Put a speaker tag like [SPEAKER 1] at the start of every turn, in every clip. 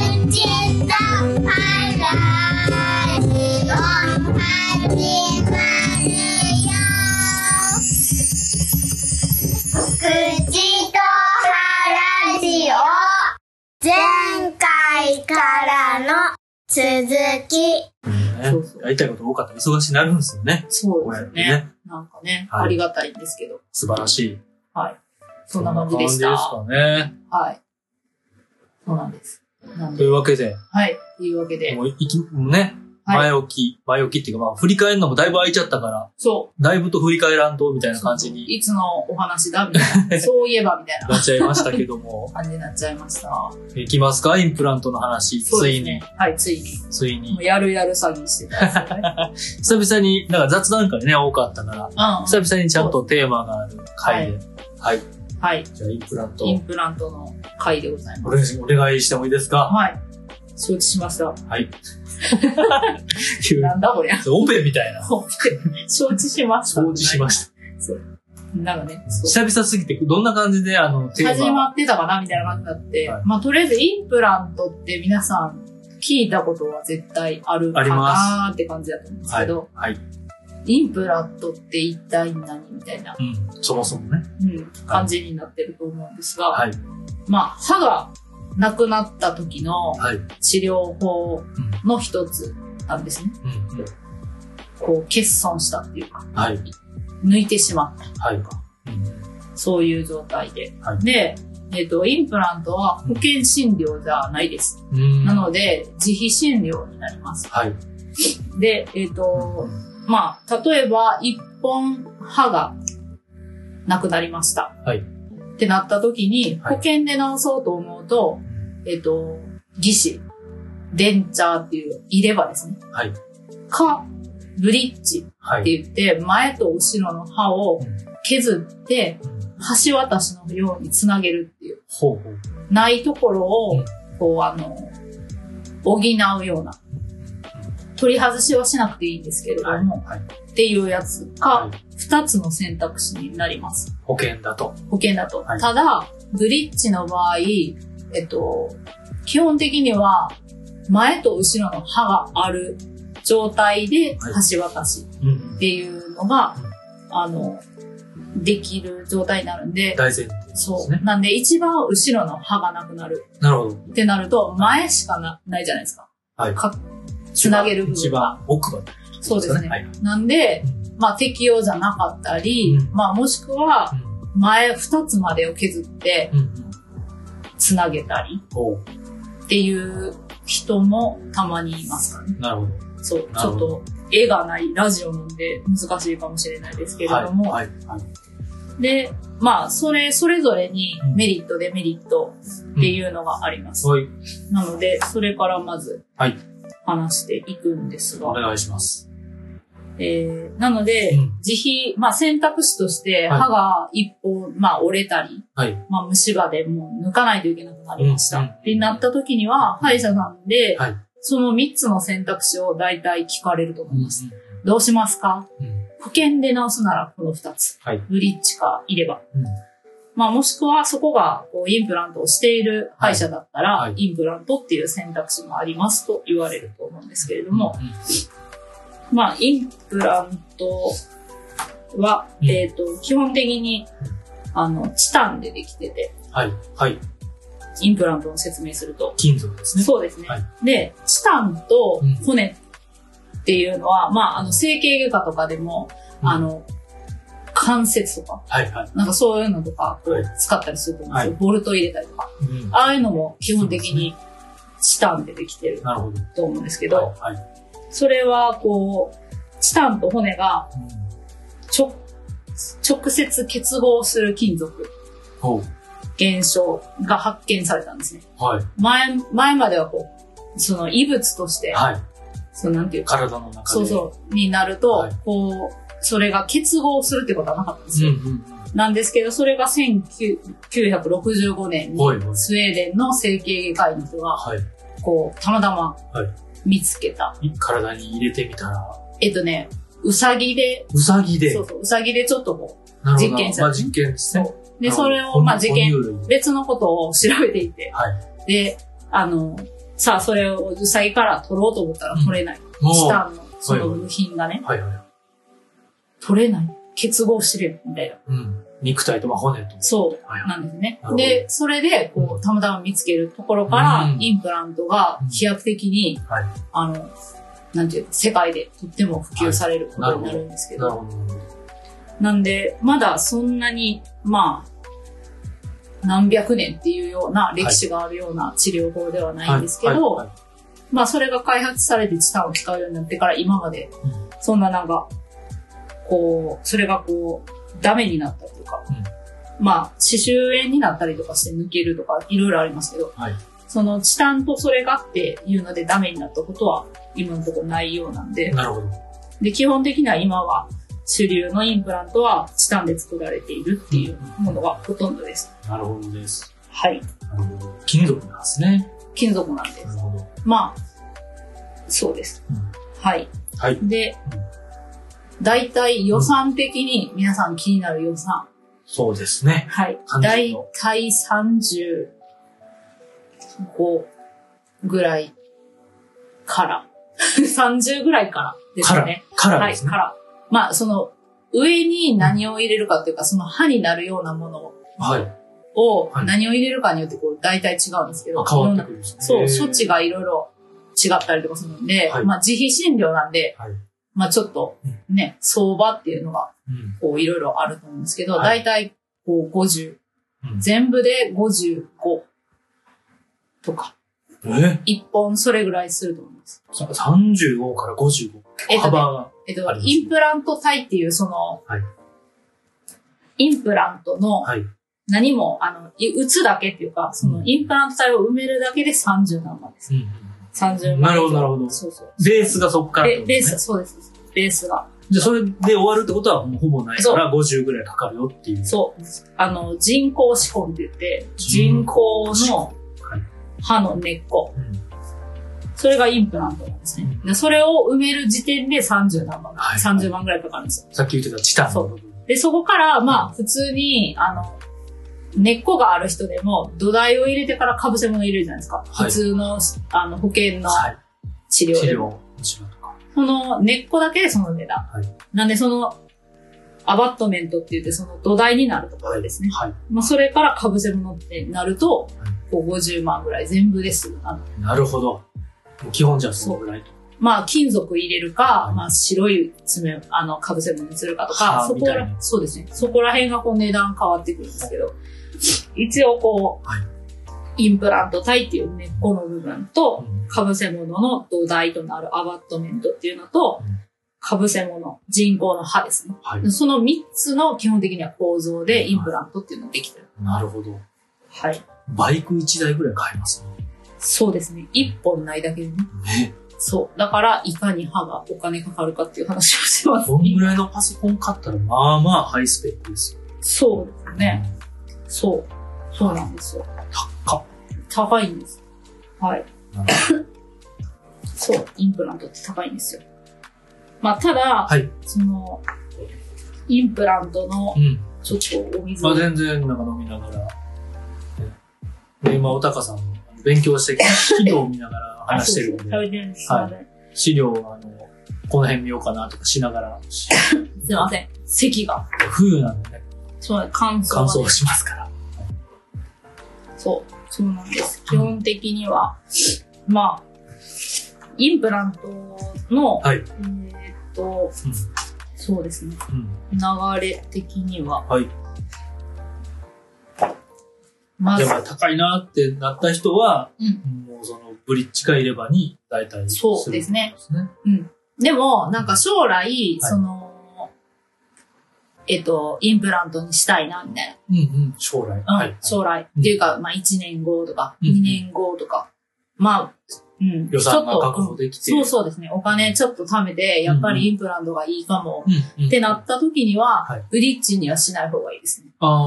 [SPEAKER 1] 口と笑いを始まるよ口と腹ジオ前回からの続き
[SPEAKER 2] ね
[SPEAKER 3] そうそう
[SPEAKER 2] やりたいこと多かったら忙しになるんですよね。
[SPEAKER 3] そう
[SPEAKER 2] こう
[SPEAKER 3] で
[SPEAKER 2] や
[SPEAKER 3] す
[SPEAKER 2] って
[SPEAKER 3] よね。
[SPEAKER 2] ね。
[SPEAKER 3] なんかね、
[SPEAKER 2] はい
[SPEAKER 3] ありがたいんですけど。
[SPEAKER 2] 素晴らしい。
[SPEAKER 3] はい。そんな感じでした。
[SPEAKER 2] そんな感じですかね。
[SPEAKER 3] はい。そうなんです。なん
[SPEAKER 2] と
[SPEAKER 3] で。
[SPEAKER 2] いうわけで、
[SPEAKER 3] はい。というわけで。
[SPEAKER 2] もういき、もうね、
[SPEAKER 3] はい。
[SPEAKER 2] 前置き、前置きっていうか、まあ、振り返るのもだいぶ空いちゃったから、
[SPEAKER 3] そう。
[SPEAKER 2] だいぶと振り返らんと、みたいな感じに
[SPEAKER 3] いつのお話だみたい な。そういえばみたいな
[SPEAKER 2] なっちゃいましたけども、
[SPEAKER 3] 感じになっちゃいました。
[SPEAKER 2] いきますかインプラントの話。
[SPEAKER 3] そう
[SPEAKER 2] つ
[SPEAKER 3] で
[SPEAKER 2] い
[SPEAKER 3] す
[SPEAKER 2] に
[SPEAKER 3] ね、。はい、ついに。
[SPEAKER 2] つい
[SPEAKER 3] も
[SPEAKER 2] に
[SPEAKER 3] う。やるやる詐欺して たんですよね。
[SPEAKER 2] 久々に、なんか雑談会ね、多かったから、
[SPEAKER 3] うん、
[SPEAKER 2] 久々にちゃんとテーマがある回で。はい。
[SPEAKER 3] はい。
[SPEAKER 2] じゃあ、インプラント
[SPEAKER 3] イ。ンプラントの回でござい
[SPEAKER 2] お
[SPEAKER 3] ます。
[SPEAKER 2] 願いしお願いしてもいいですか
[SPEAKER 3] はい。承知しました。
[SPEAKER 2] はい。急に
[SPEAKER 3] なんだ こりゃ。
[SPEAKER 2] オペみたいな。
[SPEAKER 3] 承知しました。
[SPEAKER 2] 承知しました。
[SPEAKER 3] なんかね、そう
[SPEAKER 2] 久々すぎて、どんな感じで、あの、テーマ。
[SPEAKER 3] 始まってたかなみたいな感じになって、
[SPEAKER 2] はい
[SPEAKER 3] まあとりあえずインプラントって皆さん聞いたことは絶対あるか
[SPEAKER 2] あり
[SPEAKER 3] な
[SPEAKER 2] ま
[SPEAKER 3] ーって感じだと思うんです
[SPEAKER 2] は
[SPEAKER 3] け
[SPEAKER 2] い
[SPEAKER 3] ど、。
[SPEAKER 2] はい。
[SPEAKER 3] インプラントって一体何みたいな、
[SPEAKER 2] うん。そもそもね。
[SPEAKER 3] うん、感じになってると思うんですが、
[SPEAKER 2] はい。
[SPEAKER 3] まあ歯がなくなった時の
[SPEAKER 2] はい。うん。
[SPEAKER 3] 治療法の一つなんですね。
[SPEAKER 2] うん。
[SPEAKER 3] こう欠損したっていうか、
[SPEAKER 2] はい。
[SPEAKER 3] 抜いてしまった。
[SPEAKER 2] はい。うん。
[SPEAKER 3] そういう状態で。
[SPEAKER 2] はい
[SPEAKER 3] で、えっ、と、インプラントは保険診療じゃないです。
[SPEAKER 2] うん
[SPEAKER 3] なので、自費診療になります。
[SPEAKER 2] はい。
[SPEAKER 3] で、えっ、と、まあ、例えば、一本歯がなくなりました。
[SPEAKER 2] はい
[SPEAKER 3] ってなった時に、
[SPEAKER 2] はい
[SPEAKER 3] 保険で治そうと思うと、えっ、と、義歯、デンチャーっていう入れ歯ですね。
[SPEAKER 2] はい
[SPEAKER 3] か、ブリッジ
[SPEAKER 2] は
[SPEAKER 3] っ
[SPEAKER 2] い。
[SPEAKER 3] て言って、前と後ろの歯を
[SPEAKER 2] うん
[SPEAKER 3] 削って、橋渡しのようにつなげるっていう、
[SPEAKER 2] ほうほう。
[SPEAKER 3] ないところ
[SPEAKER 2] う
[SPEAKER 3] を
[SPEAKER 2] ん、
[SPEAKER 3] こう、あの、補うような、取り外しはしなくていいんですけれど
[SPEAKER 2] はい。
[SPEAKER 3] も、
[SPEAKER 2] はい。
[SPEAKER 3] っていうやつ
[SPEAKER 2] は
[SPEAKER 3] が、
[SPEAKER 2] い
[SPEAKER 3] 二つの選択肢になります。
[SPEAKER 2] 保険だと。
[SPEAKER 3] 保険だと。
[SPEAKER 2] はい
[SPEAKER 3] ただ、ブリッジの場合、えっと、基本的には、前と後ろの歯がある状態で
[SPEAKER 2] はい
[SPEAKER 3] 橋渡し
[SPEAKER 2] うん
[SPEAKER 3] っ。ていうのが、あの、できる状態になるんで、
[SPEAKER 2] 大前提です
[SPEAKER 3] そう。
[SPEAKER 2] ね。
[SPEAKER 3] なんで、一番後ろの歯がなくなる
[SPEAKER 2] なるほど。
[SPEAKER 3] ってなると、前しかなないじゃないですか。
[SPEAKER 2] はい。
[SPEAKER 3] かつなげる部分
[SPEAKER 2] 一番奥歯。
[SPEAKER 3] そうですね。
[SPEAKER 2] はい。
[SPEAKER 3] なんで、まあ適用じゃなかったり、
[SPEAKER 2] うん
[SPEAKER 3] まあもしくは、前二つまでを削って
[SPEAKER 2] うん。うんうん。
[SPEAKER 3] つなげたり
[SPEAKER 2] ほう。
[SPEAKER 3] っていう人もたまにいますからね。
[SPEAKER 2] なるほど。
[SPEAKER 3] そう。
[SPEAKER 2] な
[SPEAKER 3] ち
[SPEAKER 2] る
[SPEAKER 3] ょ
[SPEAKER 2] ほ
[SPEAKER 3] っと絵がないラジオなんで難しいかもしれないですけれども、
[SPEAKER 2] はい。はい。はい
[SPEAKER 3] で、まあそれ、それぞれにメリット、デメリットっていうのがあります。
[SPEAKER 2] はい。
[SPEAKER 3] なので、それからまず
[SPEAKER 2] はい。
[SPEAKER 3] 話していくんです
[SPEAKER 2] お
[SPEAKER 3] が、
[SPEAKER 2] 願いします。
[SPEAKER 3] えーなので、
[SPEAKER 2] うん
[SPEAKER 3] 自費、まあ選択肢として
[SPEAKER 2] はい
[SPEAKER 3] 歯が一本、まあ折れたり、
[SPEAKER 2] はい。
[SPEAKER 3] まあ虫歯でもう抜かないといけなくなりました。
[SPEAKER 2] うん
[SPEAKER 3] ってなった時には、歯医者さんで、
[SPEAKER 2] はい。
[SPEAKER 3] その3つの選択肢を大体聞かれると思います。
[SPEAKER 2] う
[SPEAKER 3] どうしますか
[SPEAKER 2] ん。うん。
[SPEAKER 3] 保険で直すならこの2つ。
[SPEAKER 2] はい。
[SPEAKER 3] ブリッジかいれば。
[SPEAKER 2] うん
[SPEAKER 3] まあもしくはそこがこうインプラントをしている歯医者だったら、
[SPEAKER 2] はいはい
[SPEAKER 3] インプラントっていう選択肢もありますと言われると思うんですけれども、
[SPEAKER 2] うん
[SPEAKER 3] まあ、インプラントは、
[SPEAKER 2] うん
[SPEAKER 3] えっ、と、基本的に、あの、チタンでできてて、
[SPEAKER 2] はい。はい。
[SPEAKER 3] インプラントの説明すると。
[SPEAKER 2] 金属ですね。
[SPEAKER 3] そうですね。
[SPEAKER 2] はい
[SPEAKER 3] で、チタンと
[SPEAKER 2] うん
[SPEAKER 3] 骨っていうのは、まあ、あの、整形外科とかでも、
[SPEAKER 2] うん
[SPEAKER 3] あの、関節とか、
[SPEAKER 2] はい。はい。
[SPEAKER 3] なんかそういうのとか、こ
[SPEAKER 2] は
[SPEAKER 3] う
[SPEAKER 2] い、
[SPEAKER 3] 使ったりすると思うんですよ。
[SPEAKER 2] は
[SPEAKER 3] ボルト入れたりとか。
[SPEAKER 2] うん。
[SPEAKER 3] ああいうのも基本的にチタンでできてる
[SPEAKER 2] なるほど。
[SPEAKER 3] と思うんですけど、
[SPEAKER 2] はい。はい
[SPEAKER 3] それは、こう、チタンと骨が
[SPEAKER 2] うん
[SPEAKER 3] 直直接結合する金属
[SPEAKER 2] ほう。
[SPEAKER 3] 現象が発見されたんですね。
[SPEAKER 2] はい。
[SPEAKER 3] 前、前まではこう、その異物として、
[SPEAKER 2] はい。
[SPEAKER 3] そのなんていうか、
[SPEAKER 2] 体の中で。
[SPEAKER 3] そうそう、になると、
[SPEAKER 2] はい
[SPEAKER 3] こう、それが結合するってことはなかったんです
[SPEAKER 2] う
[SPEAKER 3] よ。
[SPEAKER 2] んうん
[SPEAKER 3] なんですけど、それが1965年
[SPEAKER 2] うん。
[SPEAKER 3] に、
[SPEAKER 2] はい。はい。
[SPEAKER 3] スウェーデンの整形外科医の人が、
[SPEAKER 2] はい。
[SPEAKER 3] こう、たまたま
[SPEAKER 2] は
[SPEAKER 3] 見つけた。
[SPEAKER 2] 体に入れてみたら、
[SPEAKER 3] えっとね、うさぎで、
[SPEAKER 2] うさぎで、
[SPEAKER 3] そうそう、うさぎでちょっとこ
[SPEAKER 2] なるほど
[SPEAKER 3] 実験した
[SPEAKER 2] まあ実験ですね。
[SPEAKER 3] う、で、それを、まあ、事件
[SPEAKER 2] 哺乳類
[SPEAKER 3] 別のことを調べていて、
[SPEAKER 2] はい。
[SPEAKER 3] で、あの、さあそれを実際から取ろうと思ったら取れない。チタンのその部品がね、
[SPEAKER 2] はいはい。
[SPEAKER 3] 取れない。結合してるよみたいな。
[SPEAKER 2] うん。肉体とまあ骨と。
[SPEAKER 3] そう
[SPEAKER 2] はいはい。
[SPEAKER 3] なんですね
[SPEAKER 2] なるほ。ど
[SPEAKER 3] で、それで、こう、たまたま見つけるところから、
[SPEAKER 2] うん
[SPEAKER 3] インプラントが飛躍的に、
[SPEAKER 2] はい
[SPEAKER 3] あの、なんていうか、世界でとっても普及されることになるんですけど、
[SPEAKER 2] なるほど。
[SPEAKER 3] なんで、まだそんなに、まあ、何百年っていうような歴史があるような治療法ではないんですけど、
[SPEAKER 2] はいはい
[SPEAKER 3] まあそれが開発されてチタンを使うようになってから今まで
[SPEAKER 2] うん、
[SPEAKER 3] そんななんか、こう、それがこう、ダメになったというか、まあ、刺繍炎になったりとかして抜けるとか、いろいろありますけど、
[SPEAKER 2] はい
[SPEAKER 3] そのチタンとそれがっていうのでダメになったことは今のところないようなんで、
[SPEAKER 2] なるほど。
[SPEAKER 3] で、基本的には今は主流のインプラントはチタンで作られているっていうものがほとんどです。
[SPEAKER 2] なるほどです。
[SPEAKER 3] はい。
[SPEAKER 2] なるほど。金属なんですね。
[SPEAKER 3] 金属なんで
[SPEAKER 2] な
[SPEAKER 3] す。
[SPEAKER 2] るほど。
[SPEAKER 3] まあ、そうです。
[SPEAKER 2] うん
[SPEAKER 3] はい。
[SPEAKER 2] はい。
[SPEAKER 3] で
[SPEAKER 2] う、
[SPEAKER 3] 大体予算的に皆さん気になる予算。
[SPEAKER 2] そうですね。
[SPEAKER 3] はい。
[SPEAKER 2] 30
[SPEAKER 3] 大
[SPEAKER 2] の
[SPEAKER 3] 体35ぐらいから。30ぐらいからです
[SPEAKER 2] カ
[SPEAKER 3] よ
[SPEAKER 2] ラー
[SPEAKER 3] ね。。
[SPEAKER 2] カラー
[SPEAKER 3] は
[SPEAKER 2] で
[SPEAKER 3] い、
[SPEAKER 2] すね
[SPEAKER 3] か。ら。まあ、その、上に何を入れるかというか、その歯になるようなもの
[SPEAKER 2] はい。
[SPEAKER 3] を
[SPEAKER 2] はい
[SPEAKER 3] 何を入れるかによってこう、大体違うんですけど
[SPEAKER 2] あ、変わってくるんですね。
[SPEAKER 3] そう、処置
[SPEAKER 2] が。
[SPEAKER 3] がいろいろ違ったりとかするんで、
[SPEAKER 2] はい
[SPEAKER 3] まあ自費診療なんで、
[SPEAKER 2] はい。
[SPEAKER 3] まあちょっとね、相場っていうのが
[SPEAKER 2] うん。
[SPEAKER 3] こういろいろあると思うんですけど、
[SPEAKER 2] は
[SPEAKER 3] 大体こう50、
[SPEAKER 2] うん
[SPEAKER 3] 全部で55とか、
[SPEAKER 2] え
[SPEAKER 3] 1本それぐらいすると思います。
[SPEAKER 2] さ ?35 から55。
[SPEAKER 3] えっとね
[SPEAKER 2] 幅が。
[SPEAKER 3] え
[SPEAKER 2] あ
[SPEAKER 3] っと
[SPEAKER 2] り、ます
[SPEAKER 3] インプラント体っていうその、
[SPEAKER 2] はい
[SPEAKER 3] インプラントの
[SPEAKER 2] はい。
[SPEAKER 3] 何も、あの、い打つだけっていうか、その
[SPEAKER 2] うん
[SPEAKER 3] インプラント体を埋めるだけで30何万です。
[SPEAKER 2] うんうん。
[SPEAKER 3] 30万。
[SPEAKER 2] なるほどなるほど
[SPEAKER 3] そうそう。
[SPEAKER 2] ベースがそこからって
[SPEAKER 3] で
[SPEAKER 2] こと
[SPEAKER 3] ベー
[SPEAKER 2] ですね
[SPEAKER 3] ス、そうです。ベースが。
[SPEAKER 2] じゃあそれで終わるってことはもうほぼないから50ぐらいかかるよっていう。
[SPEAKER 3] そう。あの、人工歯根って言って、
[SPEAKER 2] 人
[SPEAKER 3] 人
[SPEAKER 2] 工
[SPEAKER 3] 工
[SPEAKER 2] 歯根
[SPEAKER 3] の歯の根っこ。
[SPEAKER 2] うん。
[SPEAKER 3] それがインプラントなんですね。でそれを埋める時点で30何万、
[SPEAKER 2] はい
[SPEAKER 3] 30万ぐらいかかるんですよ。
[SPEAKER 2] さっき言ってたチタンの部分。
[SPEAKER 3] で、そこから、まあ、普通に、あの、根っこがある人でも、土台を入れてから被せ物入れるじゃないですか。
[SPEAKER 2] はい
[SPEAKER 3] 普通の、あの、保険の
[SPEAKER 2] はい。
[SPEAKER 3] 治療
[SPEAKER 2] 治
[SPEAKER 3] で
[SPEAKER 2] 療
[SPEAKER 3] も。
[SPEAKER 2] もちろんとか。
[SPEAKER 3] その根っこだけでその値段。
[SPEAKER 2] はい
[SPEAKER 3] なんで、その、アバットメントって言って、その土台になるところですね。
[SPEAKER 2] はい。
[SPEAKER 3] まあ、それから被せ物ってなると
[SPEAKER 2] は、
[SPEAKER 3] こう50万ぐらい全部です。あの
[SPEAKER 2] なるほど。もう基本じゃあそのぐらいと。
[SPEAKER 3] まあ、金属入れるか、
[SPEAKER 2] はい
[SPEAKER 3] まあ、白い爪、あの、被せ物にするかと
[SPEAKER 2] は
[SPEAKER 3] か
[SPEAKER 2] あ、
[SPEAKER 3] そこ
[SPEAKER 2] みたい
[SPEAKER 3] ら、
[SPEAKER 2] な
[SPEAKER 3] そうですね。そこら辺がこう値段変わってくるんですけど、一応こう、
[SPEAKER 2] は
[SPEAKER 3] インプラント体っていう根っこの部分と、
[SPEAKER 2] うん
[SPEAKER 3] 被せ物の土台となるアバットメントっていうのと、被せ物、人工の歯ですね。
[SPEAKER 2] はい。
[SPEAKER 3] その3つの基本的には構造でインプラントっていうのができてる。
[SPEAKER 2] なるほど。
[SPEAKER 3] はい。
[SPEAKER 2] バイク1台ぐらい買います
[SPEAKER 3] そうですね。一本ないだけでね。
[SPEAKER 2] ね。
[SPEAKER 3] そう。だから、いかに歯がお金かかるかっていう話をしてます。
[SPEAKER 2] こんぐらいのパソコン買ったら、まあまあハイスペックですよ。
[SPEAKER 3] そうですね。。そう。そうなんですよ。
[SPEAKER 2] 高っ。
[SPEAKER 3] 高いんです。はい
[SPEAKER 2] な。
[SPEAKER 3] そう。インプラントって高いんですよ。まあ、ただ、
[SPEAKER 2] はい。
[SPEAKER 3] その、インプラントの
[SPEAKER 2] う、ん。
[SPEAKER 3] ちょっとお水
[SPEAKER 2] ま
[SPEAKER 3] を
[SPEAKER 2] あ、全然、なんか飲みながら。ねで、今、おたかさん、勉強してきた資料を見ながら話してるん
[SPEAKER 3] あそうそう食
[SPEAKER 2] で、
[SPEAKER 3] べてるんです。すいません。
[SPEAKER 2] 資料をあの、この辺見ようかなとかしながら、
[SPEAKER 3] すいません。咳が。
[SPEAKER 2] 冬なんでね、
[SPEAKER 3] そうなんです乾燥が
[SPEAKER 2] 乾
[SPEAKER 3] ね
[SPEAKER 2] 燥しますから。
[SPEAKER 3] そう、そうなんです。基本的には、まあ、インプラントの、
[SPEAKER 2] はい
[SPEAKER 3] えーっと、
[SPEAKER 2] うん
[SPEAKER 3] そうですね、
[SPEAKER 2] うん。
[SPEAKER 3] 流れ的には、
[SPEAKER 2] はい。
[SPEAKER 3] ま
[SPEAKER 2] で
[SPEAKER 3] ず、
[SPEAKER 2] も、高いなってなった人は、
[SPEAKER 3] うん
[SPEAKER 2] もうその、ブリッジか入れ歯に、大体するん
[SPEAKER 3] そうですね。
[SPEAKER 2] ですね。
[SPEAKER 3] でも、なんか将来、その、えーっと、インプラントにしたいな、みたいな。
[SPEAKER 2] うんうん。将来。
[SPEAKER 3] うん
[SPEAKER 2] はい。
[SPEAKER 3] 将来、
[SPEAKER 2] うん
[SPEAKER 3] っていうか、まあ、1年後とか、
[SPEAKER 2] うん
[SPEAKER 3] 2年後とか、まあ、うん、
[SPEAKER 2] 予算が
[SPEAKER 3] ちょっと
[SPEAKER 2] 確保できて。
[SPEAKER 3] そうそうですね。お金ちょっと貯めて、やっぱりインプラントがいいかも。
[SPEAKER 2] うん。うん。
[SPEAKER 3] ってなった時には、
[SPEAKER 2] はい
[SPEAKER 3] ブリッジにはしない方がいいですね。
[SPEAKER 2] ああ、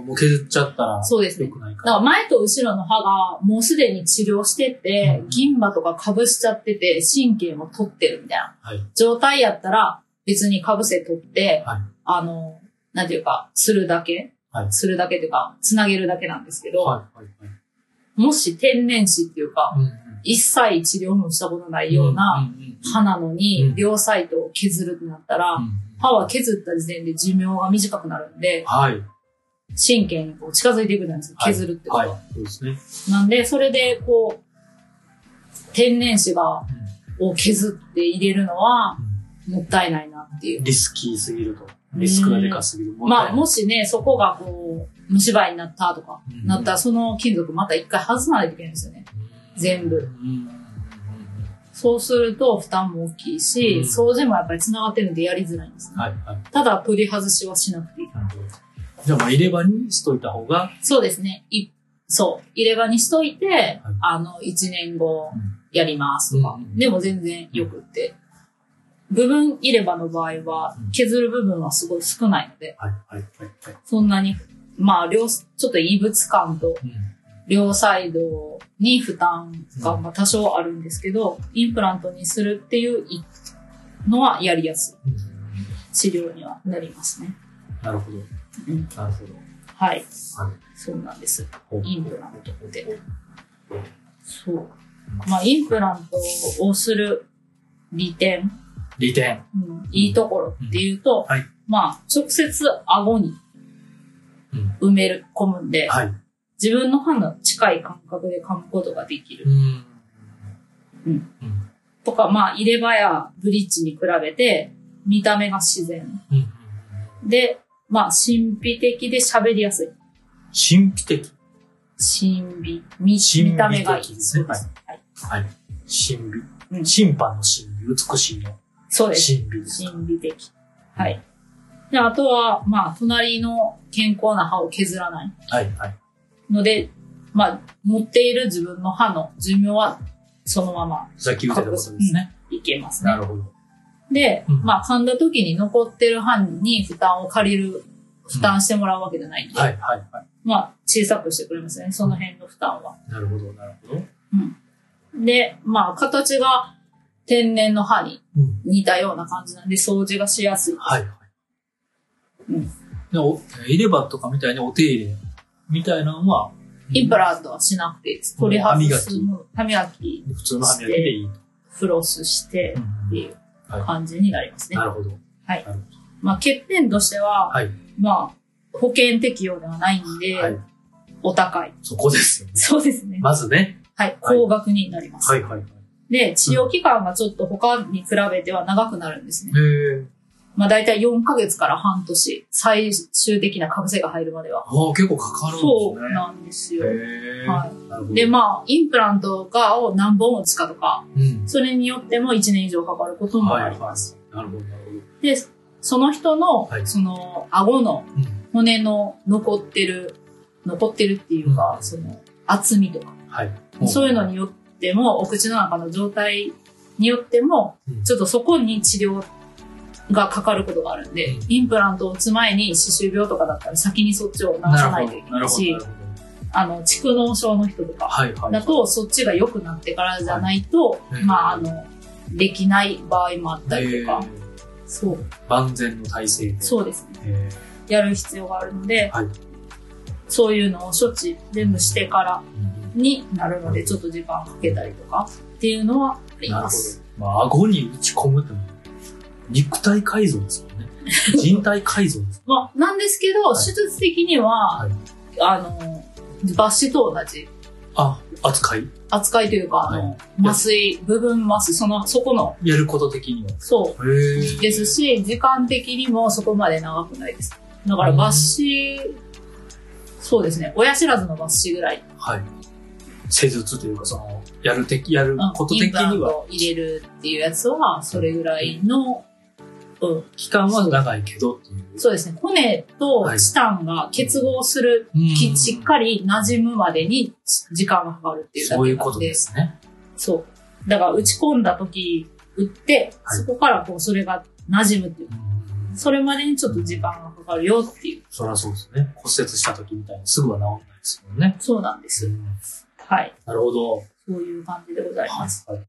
[SPEAKER 2] もう削っちゃったら、
[SPEAKER 3] そうです
[SPEAKER 2] 良
[SPEAKER 3] ね。
[SPEAKER 2] くない
[SPEAKER 3] だ
[SPEAKER 2] か。
[SPEAKER 3] からら前と後ろの歯がもうすでに治療してて
[SPEAKER 2] うん、
[SPEAKER 3] 銀歯とか被しちゃってて、神経も取ってるみたいな
[SPEAKER 2] はい。
[SPEAKER 3] 状態やったら、別に被せ取って、
[SPEAKER 2] はい
[SPEAKER 3] あの、なんていうか、するだけ、
[SPEAKER 2] はい
[SPEAKER 3] するだけというか、つなげるだけなんですけど、
[SPEAKER 2] はい。はい。はい。
[SPEAKER 3] もし天然歯っていうか、
[SPEAKER 2] うんうん
[SPEAKER 3] 一切治療もしたことないような
[SPEAKER 2] うんうん
[SPEAKER 3] 歯なの
[SPEAKER 2] う
[SPEAKER 3] に
[SPEAKER 2] ん、
[SPEAKER 3] 両サイドを削るってなったら、
[SPEAKER 2] うん
[SPEAKER 3] 歯は削った時点で寿命が短くなるんで、
[SPEAKER 2] はい。
[SPEAKER 3] 神経にこう近づいていくじゃないですか、削るってことは。
[SPEAKER 2] はい。そうですね。
[SPEAKER 3] なんで、それでこう、天然歯が、を削って入れるのは
[SPEAKER 2] う
[SPEAKER 3] もったいないなってい
[SPEAKER 2] ん
[SPEAKER 3] う。
[SPEAKER 2] リスキーすぎると。リスクがでかすぎる。
[SPEAKER 3] まあ、も
[SPEAKER 2] し、
[SPEAKER 3] しね、そこがこう、虫歯になったとか、
[SPEAKER 2] うん
[SPEAKER 3] なったらその金属また一回外さないといけないんですよね。全部
[SPEAKER 2] うんうんうん
[SPEAKER 3] そうすると負担も大きいし、
[SPEAKER 2] うん
[SPEAKER 3] 掃除もやっぱり繋がってるんでやりづらいんです
[SPEAKER 2] うん
[SPEAKER 3] ね。
[SPEAKER 2] はい、はい。
[SPEAKER 3] ただ取り外しはしなくていい。
[SPEAKER 2] なるほど。じゃあ、まあ、入れ歯にしといた方が、
[SPEAKER 3] そうですね。いそう。入れ歯にしといて、
[SPEAKER 2] はい
[SPEAKER 3] あの、1年後
[SPEAKER 2] うん
[SPEAKER 3] やりますとか、
[SPEAKER 2] うん
[SPEAKER 3] でも全然よくって。部分入れ歯の場合は
[SPEAKER 2] うん、
[SPEAKER 3] 削る部分はすごい少ないので、
[SPEAKER 2] はい、はい、はい、はい。
[SPEAKER 3] そんなに、まあ、両、ちょっと異物感と
[SPEAKER 2] うん
[SPEAKER 3] 両サイドに負担がまあ多少あるんですけど、インプラントにするっていうのはやりやすい治療にはなりますね。
[SPEAKER 2] なるほど。
[SPEAKER 3] うん
[SPEAKER 2] なるほど。
[SPEAKER 3] はい。
[SPEAKER 2] はい
[SPEAKER 3] そうなんです。
[SPEAKER 2] ほう
[SPEAKER 3] インプラントって。そう。まあ、インプラントをする利点、
[SPEAKER 2] 利点。
[SPEAKER 3] うんいいところっていうと、
[SPEAKER 2] はい
[SPEAKER 3] まあ、直接顎に
[SPEAKER 2] うん
[SPEAKER 3] 埋め込むんで、
[SPEAKER 2] はい。
[SPEAKER 3] 自分の歯の近い感覚で噛むことができる。
[SPEAKER 2] うん。
[SPEAKER 3] う
[SPEAKER 2] う
[SPEAKER 3] ん
[SPEAKER 2] ん。
[SPEAKER 3] とか、まあ、入れ歯やブリッジに比べて、見た目が自然。
[SPEAKER 2] うん。
[SPEAKER 3] で、まあ、神秘的で喋りやすい。
[SPEAKER 2] 神秘的。
[SPEAKER 3] 神秘。見
[SPEAKER 2] 神秘的
[SPEAKER 3] 見た目がいい。
[SPEAKER 2] ですね
[SPEAKER 3] そうです。はい、
[SPEAKER 2] はい。神
[SPEAKER 3] う
[SPEAKER 2] 秘。
[SPEAKER 3] ん
[SPEAKER 2] 審判の神秘。美しいの。
[SPEAKER 3] そうです。
[SPEAKER 2] 神秘です。
[SPEAKER 3] 心理的。はい。で、あとは、まあ、隣の健康な歯を削らない
[SPEAKER 2] はい、はい。
[SPEAKER 3] ので、まあ、持っている自分の歯の寿命はそのまま
[SPEAKER 2] さっき言ってたことですね。
[SPEAKER 3] いけます
[SPEAKER 2] な
[SPEAKER 3] ね。
[SPEAKER 2] るほど。
[SPEAKER 3] で、
[SPEAKER 2] うん
[SPEAKER 3] まあ、噛んだ時に残ってる歯に負担を借りる、負担してもらうわけじゃないんで、
[SPEAKER 2] はい、はい、は
[SPEAKER 3] まあ、小さくしてくれますね、その辺の負担は。
[SPEAKER 2] い。なるほど、なるほど。
[SPEAKER 3] で、まあ、形が天然の歯に
[SPEAKER 2] うん。
[SPEAKER 3] 似たような感じなんで、掃除がしやすい。
[SPEAKER 2] はい、はい。
[SPEAKER 3] うん
[SPEAKER 2] でお入れ歯とかみたいにお手入れみたいなのは、
[SPEAKER 3] インプラントはしなくていいです。取り外すもの、歯磨き
[SPEAKER 2] 普通の歯磨きでいいと。
[SPEAKER 3] フロスしてっていう感じになりますね。
[SPEAKER 2] なるほど。
[SPEAKER 3] はい
[SPEAKER 2] なるほど。
[SPEAKER 3] まあ欠点としては、
[SPEAKER 2] はい。
[SPEAKER 3] まあ保険適用ではないんで、
[SPEAKER 2] はい。
[SPEAKER 3] お高い。
[SPEAKER 2] そこですよね。
[SPEAKER 3] そうですね。
[SPEAKER 2] まずね。
[SPEAKER 3] はい、高額になります。
[SPEAKER 2] はい、はい、はい。
[SPEAKER 3] で、治療期間がちょっと他に比べては長くなるんですね。
[SPEAKER 2] へえ。
[SPEAKER 3] まあ大体4ヶ月から半年、最終的なかぶせが入るまでは。
[SPEAKER 2] ああ、結構かかるんですね。
[SPEAKER 3] そうなんですよ。
[SPEAKER 2] へえ。。
[SPEAKER 3] はい
[SPEAKER 2] なるほど。
[SPEAKER 3] い、で、まあ、インプラントがを何本打つかとか、
[SPEAKER 2] うん。
[SPEAKER 3] それによっても1年以上かかることもあります。
[SPEAKER 2] はい。なるほど、なるほど。
[SPEAKER 3] で、その人の、
[SPEAKER 2] はい
[SPEAKER 3] その、顎の
[SPEAKER 2] うん。
[SPEAKER 3] 骨の残ってる、残ってるっていうか、
[SPEAKER 2] うん
[SPEAKER 3] その、厚みとか、
[SPEAKER 2] はい。
[SPEAKER 3] そういうのによっても、お口の中の状態によっても、
[SPEAKER 2] うん
[SPEAKER 3] ちょっとそこに治療がかかることがあるんで
[SPEAKER 2] うん、
[SPEAKER 3] インプラントを打つ前に、歯周病とかだったら先にそっちを治
[SPEAKER 2] な
[SPEAKER 3] さ
[SPEAKER 2] る
[SPEAKER 3] な
[SPEAKER 2] ほ
[SPEAKER 3] い
[SPEAKER 2] ど
[SPEAKER 3] といけ
[SPEAKER 2] な
[SPEAKER 3] な
[SPEAKER 2] る
[SPEAKER 3] い
[SPEAKER 2] ほど。
[SPEAKER 3] し
[SPEAKER 2] なる、ほど
[SPEAKER 3] あの、蓄膿症の人とか、
[SPEAKER 2] はい、はい。
[SPEAKER 3] だと、そっちが良くなってからじゃないと
[SPEAKER 2] は、い
[SPEAKER 3] まあ、あの、できない場合もあったりとか
[SPEAKER 2] へ、え
[SPEAKER 3] そう、
[SPEAKER 2] 万全の体制で。
[SPEAKER 3] そうですね。
[SPEAKER 2] へえ
[SPEAKER 3] やる必要があるので、
[SPEAKER 2] はい
[SPEAKER 3] そういうのを処置全部してから
[SPEAKER 2] うん
[SPEAKER 3] になるので、ちょっと時間かけたりとかっていうのはあり
[SPEAKER 2] なるほ
[SPEAKER 3] ます。
[SPEAKER 2] ど。まあ、顎に打ち込むってのは肉体改造ですよ ね。人体改造です。
[SPEAKER 3] まあ、なんですけど、
[SPEAKER 2] はい
[SPEAKER 3] 手術的には、
[SPEAKER 2] はい
[SPEAKER 3] あの、抜歯と同じ
[SPEAKER 2] あ、扱い
[SPEAKER 3] 扱いというか、あの
[SPEAKER 2] は
[SPEAKER 3] 麻酔、部分麻酔、その、そこの、
[SPEAKER 2] やること的には。
[SPEAKER 3] そ
[SPEAKER 2] へえ
[SPEAKER 3] う、ですし、時間的にもそこまで長くないです。だから、抜歯、そうですね、親知らずの抜歯ぐらい、
[SPEAKER 2] はい。施術というか、その、やるてき、やる
[SPEAKER 3] うん
[SPEAKER 2] こと
[SPEAKER 3] イン
[SPEAKER 2] 的
[SPEAKER 3] プラ
[SPEAKER 2] に
[SPEAKER 3] ン
[SPEAKER 2] は、
[SPEAKER 3] ト入れるっていうやつは、それぐらいの、うん、
[SPEAKER 2] 期間は長いけどっていう。
[SPEAKER 3] そうですね。骨とチタンが結合する、
[SPEAKER 2] うん
[SPEAKER 3] きしっかり馴染むまでに時間がかかるっていうだ
[SPEAKER 2] そ
[SPEAKER 3] けなん
[SPEAKER 2] う
[SPEAKER 3] で。
[SPEAKER 2] いうことですね。
[SPEAKER 3] そう。だから打ち込んだ時、打って、
[SPEAKER 2] はい
[SPEAKER 3] そこからこう、それが馴染むっていう。
[SPEAKER 2] うん
[SPEAKER 3] それまでにちょっと時間がかかるよっていう。
[SPEAKER 2] そりゃそうですね。骨折した時みたいにすぐは治んないですもんね。
[SPEAKER 3] そうなんです。はい。
[SPEAKER 2] なるほど。
[SPEAKER 3] そういう感じでございます。
[SPEAKER 2] はい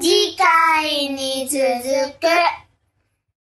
[SPEAKER 1] 次回に続く。